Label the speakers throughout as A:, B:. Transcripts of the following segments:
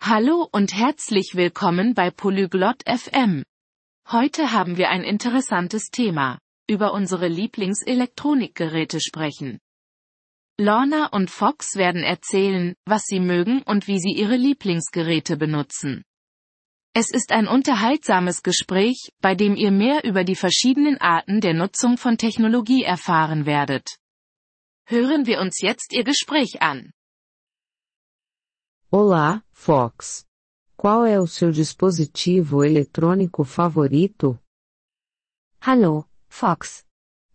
A: Hallo und herzlich willkommen bei Polyglot FM. Heute haben wir ein interessantes Thema. Über unsere Lieblingselektronikgeräte sprechen. Lorna und Fox werden erzählen, was sie mögen und wie sie ihre Lieblingsgeräte benutzen. Es ist ein unterhaltsames Gespräch, bei dem ihr mehr über die verschiedenen Arten der Nutzung von Technologie erfahren werdet. Hören wir uns jetzt ihr Gespräch an.
B: Olá, Fox. Qual é o seu dispositivo eletrônico favorito?
C: Hallo, Fox.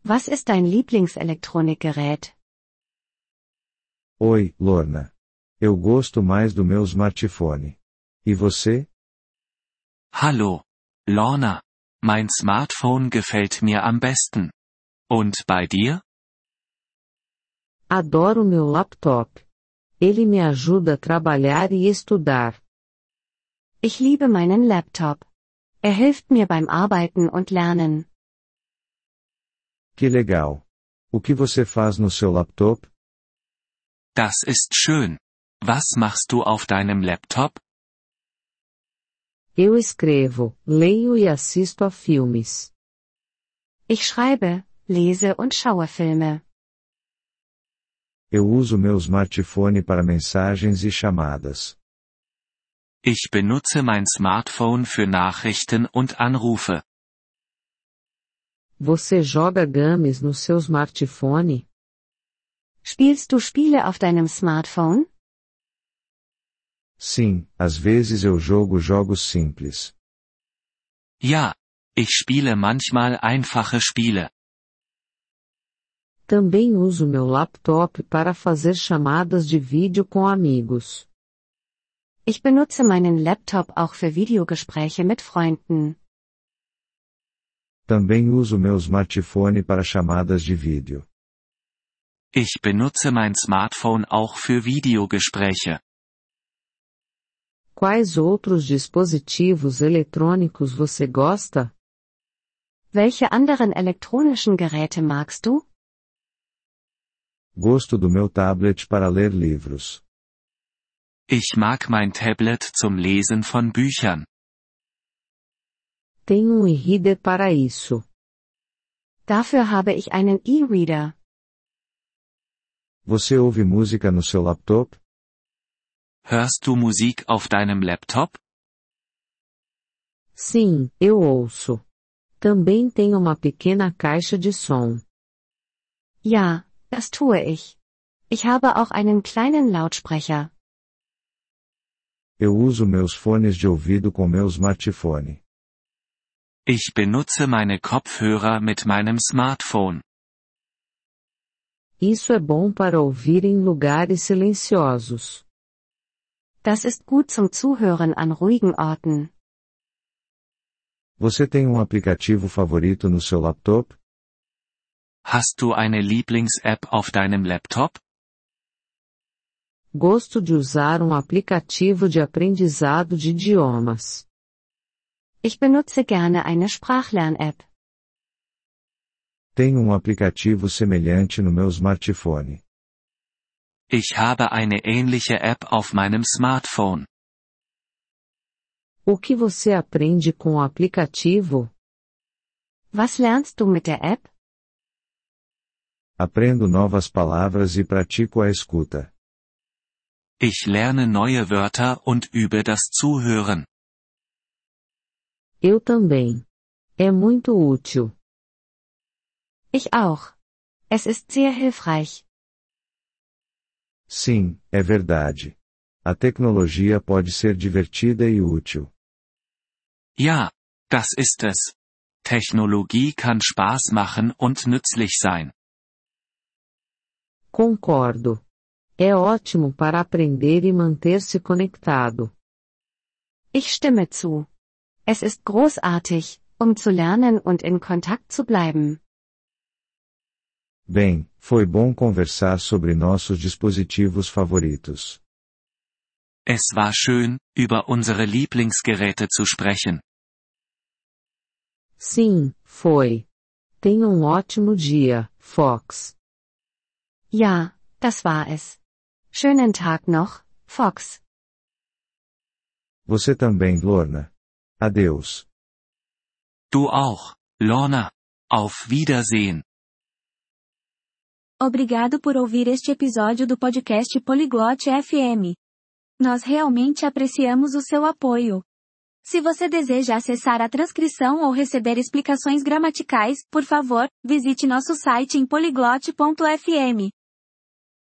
C: Was ist dein Lieblingselektronikgerät?
D: Oi, Lorna. Eu gosto mais do meu smartphone. E você?
E: Hallo. Lorna. Mein Smartphone gefällt mir am besten. Und bei dir?
B: Adoro meu laptop. Ele me ajuda a trabalhar e estudar.
C: Ich liebe meinen Laptop. Er hilft mir beim Arbeiten und Lernen.
D: Que legal. O que você faz no seu laptop?
E: Das ist schön. Was machst du auf deinem Laptop?
B: Eu escrevo, leio e assisto a filmes.
C: Ich schreibe, lese und schaue Filme.
D: Eu uso meu smartphone para mensagens e chamadas.
E: Ich benutze mein Smartphone für Nachrichten und Anrufe.
B: Você joga games no seu smartphone?
C: Spielst du Spiele auf deinem Smartphone?
D: Sim, às vezes eu jogo jogos simples.
E: Ja. Ich spiele manchmal einfache Spiele.
B: Também uso meu laptop para fazer chamadas de vídeo com amigos.
C: Ich benutze meinen Laptop auch für Videogespräche mit Freunden.
D: Também uso meu smartphone para chamadas de vídeo.
E: Ich benutze mein Smartphone auch für Videogespräche.
B: Quais outros dispositivos eletrônicos você gosta?
C: Welche anderen elektronischen Geräte magst du?
D: Gosto do meu tablet para ler livros.
E: Ich mag mein Tablet zum Lesen von Büchern.
B: Tenho um e-reader para isso.
C: Dafür habe ich einen E-Reader.
D: Você ouve música no seu laptop?
E: Hörst du Musik auf deinem Laptop?
B: Sim, eu ouço. Também tenho uma pequena caixa de som.
C: Ja, das tue ich. Ich habe auch einen kleinen Lautsprecher.
D: Eu uso meus fones de ouvido com meu smartphone.
E: Ich benutze meine Kopfhörer mit meinem Smartphone.
B: Isso é bom para ouvir em lugares silenciosos.
C: Das ist gut zum Zuhören an ruhigen Orten.
D: Você tem um aplicativo favorito no seu laptop?
E: Hast du eine Lieblings-App auf deinem Laptop?
B: Gosto de usar um aplicativo de aprendizado de idiomas.
C: Ich benutze gerne eine Sprachlern-App.
D: Tenho um aplicativo semelhante no meu smartphone.
E: Ich habe eine ähnliche App auf meinem Smartphone.
B: O que você aprende com o aplicativo?
C: Was lernst du mit der App?
D: Aprendo novas palavras e pratico a escuta.
E: Ich lerne neue Wörter und übe das Zuhören.
B: Eu também. É muito útil.
C: Ich auch. Es ist sehr hilfreich.
D: Sim, é verdade. A tecnologia pode ser divertida e útil.
E: Ja, das ist es. Technologie kann Spaß machen und nützlich sein.
B: Concordo. É ótimo para aprender e manter-se conectado.
C: Ich stimme zu. Es ist großartig, um zu lernen und in Kontakt zu bleiben.
D: Bem, foi bom conversar sobre nossos dispositivos favoritos.
E: Es war schön, über unsere Lieblingsgeräte zu sprechen.
B: Sim, foi. Tenha um ótimo dia, Fox.
C: Ja, das war es. Schönen Tag noch, Fox.
D: Você também, Lorna. Adeus.
E: Du auch, Lorna. Auf Wiedersehen.
F: Obrigado por ouvir este episódio do podcast Poliglote FM. Nós realmente apreciamos o seu apoio. Se você deseja acessar a transcrição ou receber explicações gramaticais, por favor, visite nosso site em poliglote.fm.